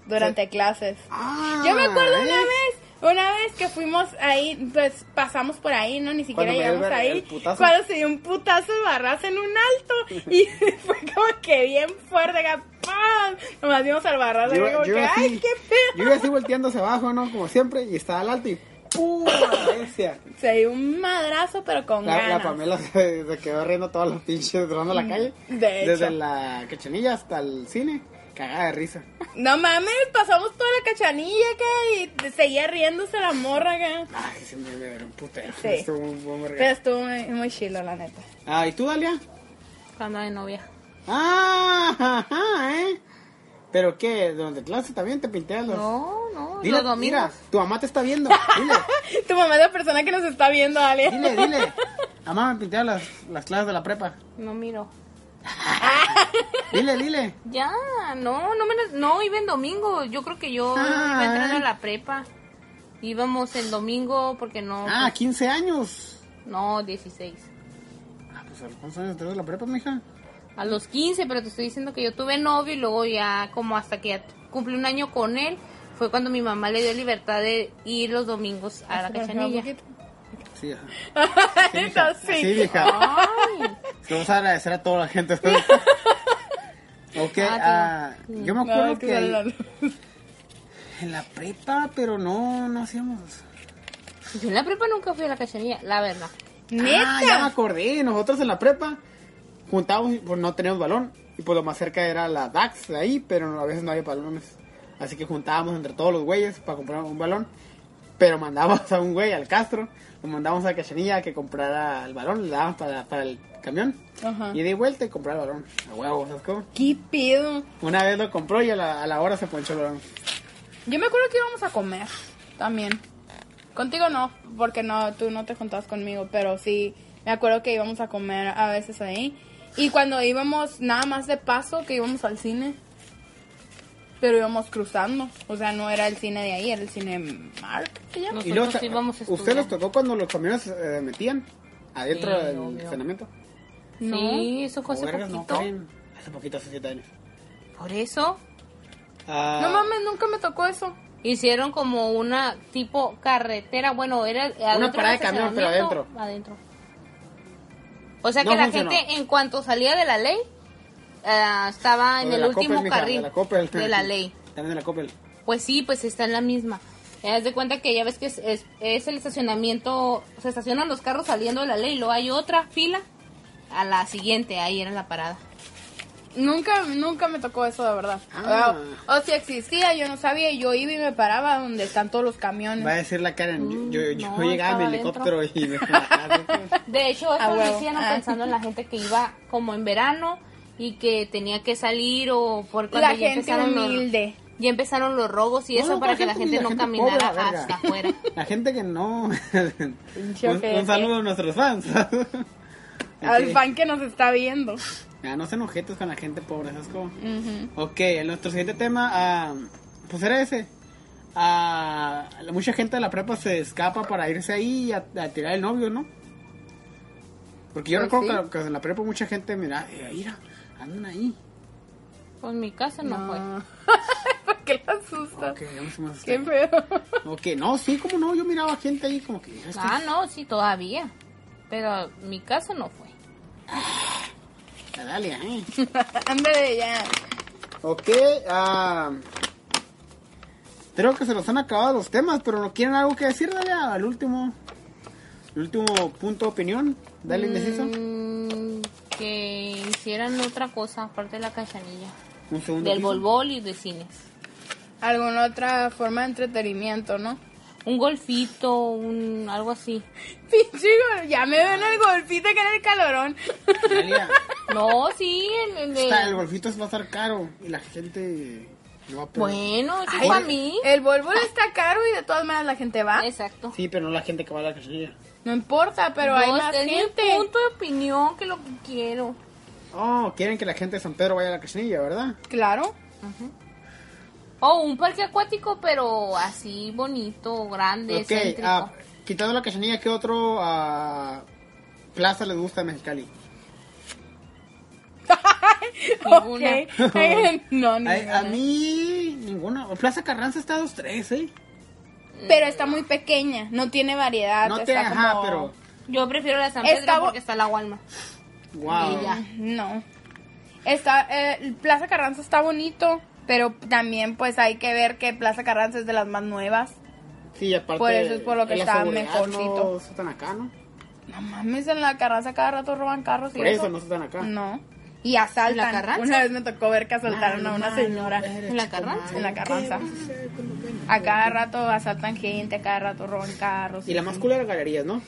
[SPEAKER 1] durante clases.
[SPEAKER 2] Ah,
[SPEAKER 1] Yo me acuerdo
[SPEAKER 2] ¿ves?
[SPEAKER 1] una vez, una vez que fuimos ahí, pues pasamos por ahí, ¿no? Ni siquiera
[SPEAKER 2] Cuando me dio
[SPEAKER 1] llegamos
[SPEAKER 2] el-
[SPEAKER 1] ahí.
[SPEAKER 2] el putazo.
[SPEAKER 1] Cuando se dio un putazo de barraza en un alto. Y fue como que bien fuerte, acá, ¡pam! Nomás vimos al barraza y
[SPEAKER 2] Ah, Yo,
[SPEAKER 1] como
[SPEAKER 2] yo
[SPEAKER 1] que,
[SPEAKER 2] iba
[SPEAKER 1] ¡ay,
[SPEAKER 2] así,
[SPEAKER 1] qué pedo!
[SPEAKER 2] yo iba así volteando hacia abajo, ¿no? Como siempre, y estaba al alto y ¡pum! la bestia.
[SPEAKER 1] Se dio un madrazo, pero con
[SPEAKER 2] La, la
[SPEAKER 1] ganas. Mm,
[SPEAKER 2] Pamela se, se quedó riendo todas las pinches, rodando la calle.
[SPEAKER 1] De hecho.
[SPEAKER 2] Desde la cachanilla hasta el cine, cagada de risa.
[SPEAKER 1] No mames, pasamos toda la cachanilla que y seguía riéndose la morra que.
[SPEAKER 2] Ay, se me ve un putero.
[SPEAKER 1] Sí.
[SPEAKER 2] Estuvo un buen verga.
[SPEAKER 1] Pero estuvo muy, muy chilo, la neta.
[SPEAKER 2] Ah, ¿y tú, Dalia?
[SPEAKER 3] Cuando de novia.
[SPEAKER 2] Ah, ajá, ¿eh? ¿Pero qué? ¿Durante clase también te pinteas los...?
[SPEAKER 3] No, no,
[SPEAKER 2] Dile,
[SPEAKER 3] los domingos.
[SPEAKER 2] mira, tu mamá te está viendo. Dile,
[SPEAKER 1] Tu mamá es la persona que nos está viendo, Ale.
[SPEAKER 2] dile, dile. Mamá me pinteaba las, las clases de la prepa.
[SPEAKER 3] No miro.
[SPEAKER 2] Dile, dile.
[SPEAKER 3] Ya, no, no me las- no iba en domingo. Yo creo que yo iba
[SPEAKER 2] Ah.
[SPEAKER 3] entrando a la prepa. Íbamos el domingo porque no.
[SPEAKER 2] Ah, 15 años.
[SPEAKER 3] No, 16.
[SPEAKER 2] Ah, pues a los cuántos años te de la prepa, mija.
[SPEAKER 3] A los 15, pero te estoy diciendo que yo tuve novio y luego ya, como hasta que ya cumplí un año con él, fue cuando mi mamá le dio libertad de ir los domingos a la
[SPEAKER 1] Se parece un
[SPEAKER 3] cachanilla.
[SPEAKER 1] poquito.
[SPEAKER 2] Sí, ajá.
[SPEAKER 1] Ay,
[SPEAKER 2] mija.
[SPEAKER 1] no, sí.
[SPEAKER 2] Sí, mija.
[SPEAKER 3] Ay,
[SPEAKER 2] Te vamos a agradecer a toda la gente. ok, ah,
[SPEAKER 3] Ah,
[SPEAKER 2] yo me acuerdo
[SPEAKER 1] No, es que
[SPEAKER 2] que
[SPEAKER 1] sale la
[SPEAKER 2] ahí-
[SPEAKER 1] luz.
[SPEAKER 2] en la prepa, pero no, no hacíamos...
[SPEAKER 3] yo en la prepa nunca fui a la cachanilla, la verdad.
[SPEAKER 1] Neta.
[SPEAKER 2] Ah, ya me acordé. Nosotros en la prepa juntábamos, y, pues no teníamos balón. Y pues lo más cerca era la DAX de ahí, pero a veces no había balones. Así que juntábamos entre todos los güeyes para comprar un balón. Pero mandábamos a un güey al Castro, lo mandábamos a Cachanilla a que comprara el balón, le dábamos para, para el camión.
[SPEAKER 1] Ajá.
[SPEAKER 2] Y de vuelta y comprar el balón. A huevo, ¿sabes cómo?
[SPEAKER 1] ¿Qué pido?
[SPEAKER 2] Una vez lo compró y a la, a la hora se ponchó el balón.
[SPEAKER 1] Yo me acuerdo que íbamos a comer también. Contigo no, porque no, tú no te juntabas conmigo, pero sí, me acuerdo que íbamos a comer a veces ahí. Y cuando íbamos nada más de paso, que íbamos al cine, pero íbamos cruzando. O sea, no era el cine de ahí, era el cine Mark, ¿se llama?
[SPEAKER 3] No.
[SPEAKER 2] y
[SPEAKER 3] Nosotros
[SPEAKER 2] ta-
[SPEAKER 3] íbamos a
[SPEAKER 2] ¿Usted
[SPEAKER 3] estudiar.
[SPEAKER 2] los tocó cuando los camiones se metían adentro
[SPEAKER 3] Sí,
[SPEAKER 2] del
[SPEAKER 3] obvio.
[SPEAKER 2] estacionamiento?
[SPEAKER 1] No.
[SPEAKER 3] Sí, eso fue hace
[SPEAKER 2] Vergas, Oh, no,
[SPEAKER 3] poquito.
[SPEAKER 2] Karen. hace poquito, hace 7 años.
[SPEAKER 3] Por eso
[SPEAKER 2] Ah,
[SPEAKER 1] No mames, nunca me tocó eso.
[SPEAKER 3] hicieron como una tipo carretera, bueno, era adentro
[SPEAKER 2] parada
[SPEAKER 3] del
[SPEAKER 2] de camión, pero
[SPEAKER 3] estacionamiento, adentro. O sea que
[SPEAKER 2] No
[SPEAKER 3] la
[SPEAKER 2] funcionó.
[SPEAKER 3] gente en cuanto salía de la ley ah, estaba
[SPEAKER 2] o
[SPEAKER 3] en
[SPEAKER 2] de
[SPEAKER 3] el
[SPEAKER 2] la
[SPEAKER 3] último
[SPEAKER 2] Coppel, mija,
[SPEAKER 3] carril
[SPEAKER 2] De la, Coppel.
[SPEAKER 3] de la ley.
[SPEAKER 2] También de la Coppel.
[SPEAKER 3] Pues sí, pues está en la misma. Ya haz de cuenta que ya ves que es, es- es el estacionamiento, se estacionan los carros saliendo de la ley, luego hay otra fila a la siguiente, ahí era la parada.
[SPEAKER 1] Nunca, nunca me tocó eso, de verdad.
[SPEAKER 2] Ah.
[SPEAKER 1] O, o si existía, yo no sabía, y yo iba y me paraba donde están todos los camiones.
[SPEAKER 2] Va a decir la Karen. yo yo, yo
[SPEAKER 3] Mm. no,
[SPEAKER 2] llegaba en mi
[SPEAKER 3] estaba
[SPEAKER 2] helicóptero y me la
[SPEAKER 3] De hecho, eso
[SPEAKER 1] A
[SPEAKER 3] lo
[SPEAKER 1] huevo.
[SPEAKER 3] decían
[SPEAKER 1] Ah.
[SPEAKER 3] pensando en la gente que iba como en verano y que tenía que salir o por cuando
[SPEAKER 1] La
[SPEAKER 3] ya
[SPEAKER 1] gente
[SPEAKER 3] empezaron los-
[SPEAKER 1] humilde.
[SPEAKER 3] ya empezaron los robos y
[SPEAKER 2] No,
[SPEAKER 3] eso
[SPEAKER 2] no,
[SPEAKER 3] para
[SPEAKER 2] la
[SPEAKER 3] que la
[SPEAKER 2] gente-
[SPEAKER 3] gente
[SPEAKER 2] la
[SPEAKER 3] no
[SPEAKER 2] gente
[SPEAKER 3] caminara
[SPEAKER 2] pobre, la verga.
[SPEAKER 3] hasta afuera.
[SPEAKER 2] La gente que no. un,
[SPEAKER 1] Pinche ojete.
[SPEAKER 2] un saludo a nuestros fans.
[SPEAKER 1] Al
[SPEAKER 2] Ok.
[SPEAKER 1] fan que nos está viendo.
[SPEAKER 2] Ya, no sean ojetes con la gente pobre, ¿sabes cómo? Ok, el- nuestro siguiente tema, ah, pues era ese. Ah, la- mucha gente de la prepa se escapa para irse ahí a, a tirar el novio, ¿no? Porque yo
[SPEAKER 1] Pues
[SPEAKER 2] recuerdo que, que en la prepa mucha gente, mira, eh, mira, andan ahí.
[SPEAKER 3] Pues mi casa no, fue.
[SPEAKER 1] ¿Por qué la asusta?
[SPEAKER 2] Ok, vamos a más este.
[SPEAKER 1] Qué feo.
[SPEAKER 2] Ok, no, sí, como no, yo miraba gente ahí como que... mira, este-
[SPEAKER 3] Ah, no, sí, todavía. Pero mi casa no fue.
[SPEAKER 2] Ah, Dale, eh.
[SPEAKER 1] Ándale ya.
[SPEAKER 2] Ok, ah, creo que se nos han acabado los temas, pero no quieren algo que decir, dale al último, el último punto de opinión, dale indeciso,
[SPEAKER 3] Mm, que hicieran otra cosa aparte de la cachanilla.
[SPEAKER 2] un segundo.
[SPEAKER 3] Del
[SPEAKER 2] piso.
[SPEAKER 3] voleibol y de cines.
[SPEAKER 1] Alguna otra forma de entretenimiento, ¿no?
[SPEAKER 3] Un golfito, un algo así.
[SPEAKER 1] Pinche, gol- ya me veo en el golfito que era el calorón.
[SPEAKER 2] Dalia,
[SPEAKER 3] No, sí, en el de...
[SPEAKER 2] está, el golfito va a estar caro y la gente lo va a pedir.
[SPEAKER 3] Bueno, eso
[SPEAKER 1] Ay,
[SPEAKER 3] es para mí.
[SPEAKER 1] El volvo está caro y de todas maneras la gente va.
[SPEAKER 3] Exacto.
[SPEAKER 2] Sí, pero no la gente que va a la cachanilla.
[SPEAKER 1] No importa, pero
[SPEAKER 3] No,
[SPEAKER 1] hay más
[SPEAKER 3] este es mi
[SPEAKER 1] gente.
[SPEAKER 3] punto de opinión que lo que quiero.
[SPEAKER 2] Oh, quieren que la gente de San Pedro vaya a la cachanilla, ¿verdad?
[SPEAKER 1] Claro.
[SPEAKER 3] O un parque acuático, pero así bonito, grande,
[SPEAKER 2] ok,
[SPEAKER 3] céntrico.
[SPEAKER 2] ah, quitando la cachanilla, ¿qué otro ah, plaza les gusta a Mexicali?
[SPEAKER 3] Ninguna.
[SPEAKER 1] Ok. no, ni
[SPEAKER 2] Ay, ah, a mí, ninguna. Plaza Carranza está a dos, tres, ¿eh?
[SPEAKER 1] Pero está muy pequeña, no tiene variedad.
[SPEAKER 2] No te,
[SPEAKER 1] Ah, está
[SPEAKER 2] ajá,
[SPEAKER 1] como-
[SPEAKER 2] pero.
[SPEAKER 3] Yo prefiero la San Pedro
[SPEAKER 1] Está bo-
[SPEAKER 3] porque está la Walmart.
[SPEAKER 2] Wow.
[SPEAKER 3] Y ya.
[SPEAKER 1] No. Está, eh, Plaza Carranza está bonito, pero también pues hay que ver que Plaza Carranza es de las más nuevas.
[SPEAKER 2] Sí, aparte.
[SPEAKER 1] Por eso es por lo que
[SPEAKER 2] la
[SPEAKER 1] está
[SPEAKER 2] seguridad
[SPEAKER 1] mejorcito.
[SPEAKER 2] No están acá, ¿no?
[SPEAKER 1] No mames, en la Carranza cada rato roban carros y
[SPEAKER 2] Por eso no están acá.
[SPEAKER 1] No. Y asaltan.
[SPEAKER 3] ¿En la Carranza?
[SPEAKER 1] Una vez me tocó ver que asaltaron a una señora
[SPEAKER 3] ¿En la carranza?
[SPEAKER 1] en la Carranza. A cada rato asaltan gente, a cada rato roban carros.
[SPEAKER 2] Y la más Ah, cool era galerías, ¿no?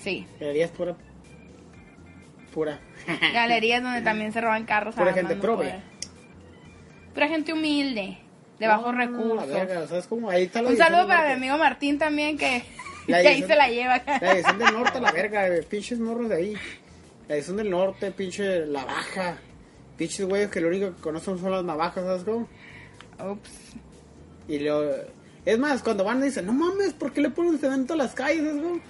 [SPEAKER 1] Sí.
[SPEAKER 2] Galerías pura. Pura.
[SPEAKER 1] Galerías donde también se roban carros.
[SPEAKER 2] Pura
[SPEAKER 1] a
[SPEAKER 2] gente
[SPEAKER 1] más no
[SPEAKER 2] prove.
[SPEAKER 1] poder. Pura gente humilde, de bajos
[SPEAKER 2] Ah,
[SPEAKER 1] recursos.
[SPEAKER 2] la verga, ¿sabes cómo? Ahí está la
[SPEAKER 1] Un
[SPEAKER 2] división
[SPEAKER 1] saludo
[SPEAKER 2] del
[SPEAKER 1] para mi
[SPEAKER 2] norte.
[SPEAKER 1] amigo Martín también, que, que
[SPEAKER 2] La
[SPEAKER 1] ahí
[SPEAKER 2] división-
[SPEAKER 1] se la lleva.
[SPEAKER 2] La edición del norte, la verga, eh, pinches morros de ahí. La edición del norte, pinche la baja. Pinches güeyes que lo único que conocen son las navajas, ¿sabes cómo?
[SPEAKER 1] Ups.
[SPEAKER 2] Y lo... Es más, cuando van dicen, no mames, ¿por qué le ponen cemento a las calles, ¿sabes cómo?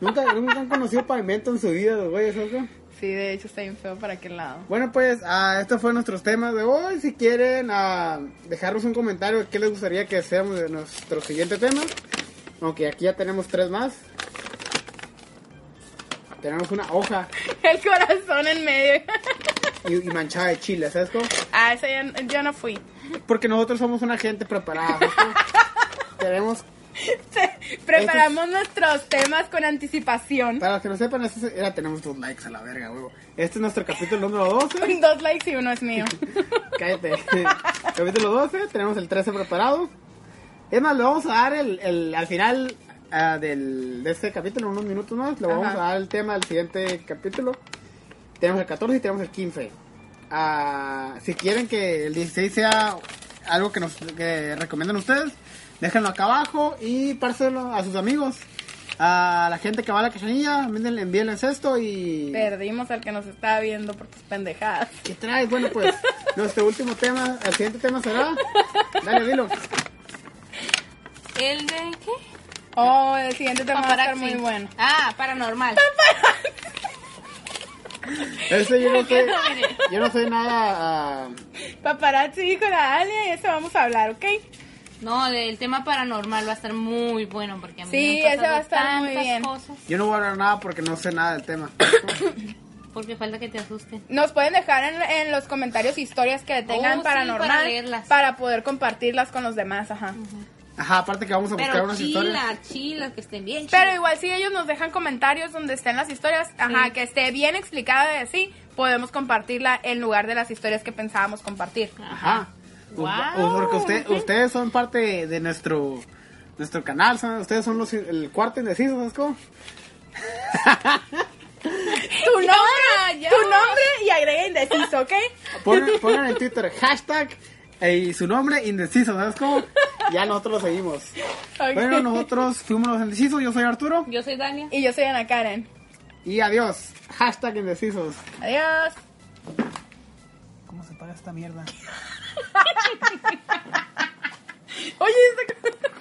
[SPEAKER 2] Nunca, nunca han conocido pavimento en su vida, los güeyes, ¿sabes cómo?
[SPEAKER 1] Sí, de hecho está bien feo para aquel lado.
[SPEAKER 2] Bueno, pues, ah, estos fueron nuestros temas de hoy. Si quieren ah, dejarnos un comentario de qué les gustaría que seamos de nuestro siguiente tema. Aunque aquí ya tenemos tres más. Tenemos una hoja
[SPEAKER 1] El corazón en medio.
[SPEAKER 2] y, y manchada de chile, ¿sabes cómo?
[SPEAKER 1] Ah, esa ya, yo no fui.
[SPEAKER 2] Porque nosotros somos una gente preparada. ¿sabes cómo? Tenemos,
[SPEAKER 1] Preparamos nuestros temas con anticipación.
[SPEAKER 2] para los que no sepan, este es- ya tenemos dos likes a la verga, huevo. Este es nuestro capítulo número 12.
[SPEAKER 1] Dos likes y uno es mío.
[SPEAKER 2] Cállate. capítulo 12, tenemos el 13 preparado. Es más, le vamos a dar el, el- al final ah, del, de este capítulo, unos minutos más, le vamos
[SPEAKER 1] Ajá.
[SPEAKER 2] a dar el tema del siguiente capítulo. Tenemos el 14 y tenemos el 15. Ah, si quieren que el 16 sea algo que nos que recomiendan ustedes, déjenlo acá abajo y párselo a sus amigos. A la gente que va a la cachanilla, mándenle- envíenles esto y...
[SPEAKER 1] Perdimos al que nos estaba viendo por tus pendejadas.
[SPEAKER 2] ¿Qué traes? Bueno, pues nuestro último tema, el siguiente tema será. Dale, dilo.
[SPEAKER 3] ¿El de qué?
[SPEAKER 1] Oh, el siguiente tema va a estar
[SPEAKER 3] Paparazzi.
[SPEAKER 1] muy bueno.
[SPEAKER 3] Ah, paranormal.
[SPEAKER 2] Este, yo, no soy, yo no soy nada. ah,
[SPEAKER 1] Paparazzi dijo la Alia y eso vamos a hablar, ¿ok?
[SPEAKER 3] No, del tema paranormal va a estar muy bueno porque a mí
[SPEAKER 1] Sí,
[SPEAKER 3] me han
[SPEAKER 1] ese va a
[SPEAKER 3] pasado
[SPEAKER 1] estar muy
[SPEAKER 3] tantas
[SPEAKER 1] bien.
[SPEAKER 3] cosas
[SPEAKER 2] yo no voy a hablar nada porque no sé nada del tema.
[SPEAKER 3] porque falta que te asusten.
[SPEAKER 1] Nos pueden dejar en, en los comentarios historias que tengan
[SPEAKER 3] Oh, sí,
[SPEAKER 1] paranormal
[SPEAKER 3] para leerlas.
[SPEAKER 1] para poder compartirlas con los demás, ajá.
[SPEAKER 2] Ajá, aparte que vamos a buscar
[SPEAKER 3] Pero
[SPEAKER 2] unas historias.
[SPEAKER 3] chila, chila, que estén bien.
[SPEAKER 1] Pero
[SPEAKER 3] chila.
[SPEAKER 1] igual si ellos nos dejan comentarios donde estén las historias, ajá, que esté bien explicada de sí, podemos compartirla en lugar de las historias que pensábamos compartir.
[SPEAKER 2] Ajá. Pues,
[SPEAKER 3] Guau.
[SPEAKER 2] o porque usted- ustedes son parte de nuestro nuestro canal, son- ustedes son los el cuarto indeciso, ¿sabes cómo?
[SPEAKER 1] Tu nombre, tu nombre y agrega indeciso, ¿ok?
[SPEAKER 2] Ponen, ponen en Twitter hashtag eh, y su nombre indeciso, ¿sabes cómo? Ya nosotros lo seguimos.
[SPEAKER 1] Ok.
[SPEAKER 2] Bueno, nosotros fuimos los indecisos, yo soy Arturo.
[SPEAKER 3] Yo soy Dania.
[SPEAKER 1] Y yo soy Ana Karen.
[SPEAKER 2] Y adiós. Hashtag indecisos.
[SPEAKER 1] Adiós.
[SPEAKER 2] ¿Cómo se paga esta mierda?
[SPEAKER 1] Oye, esta...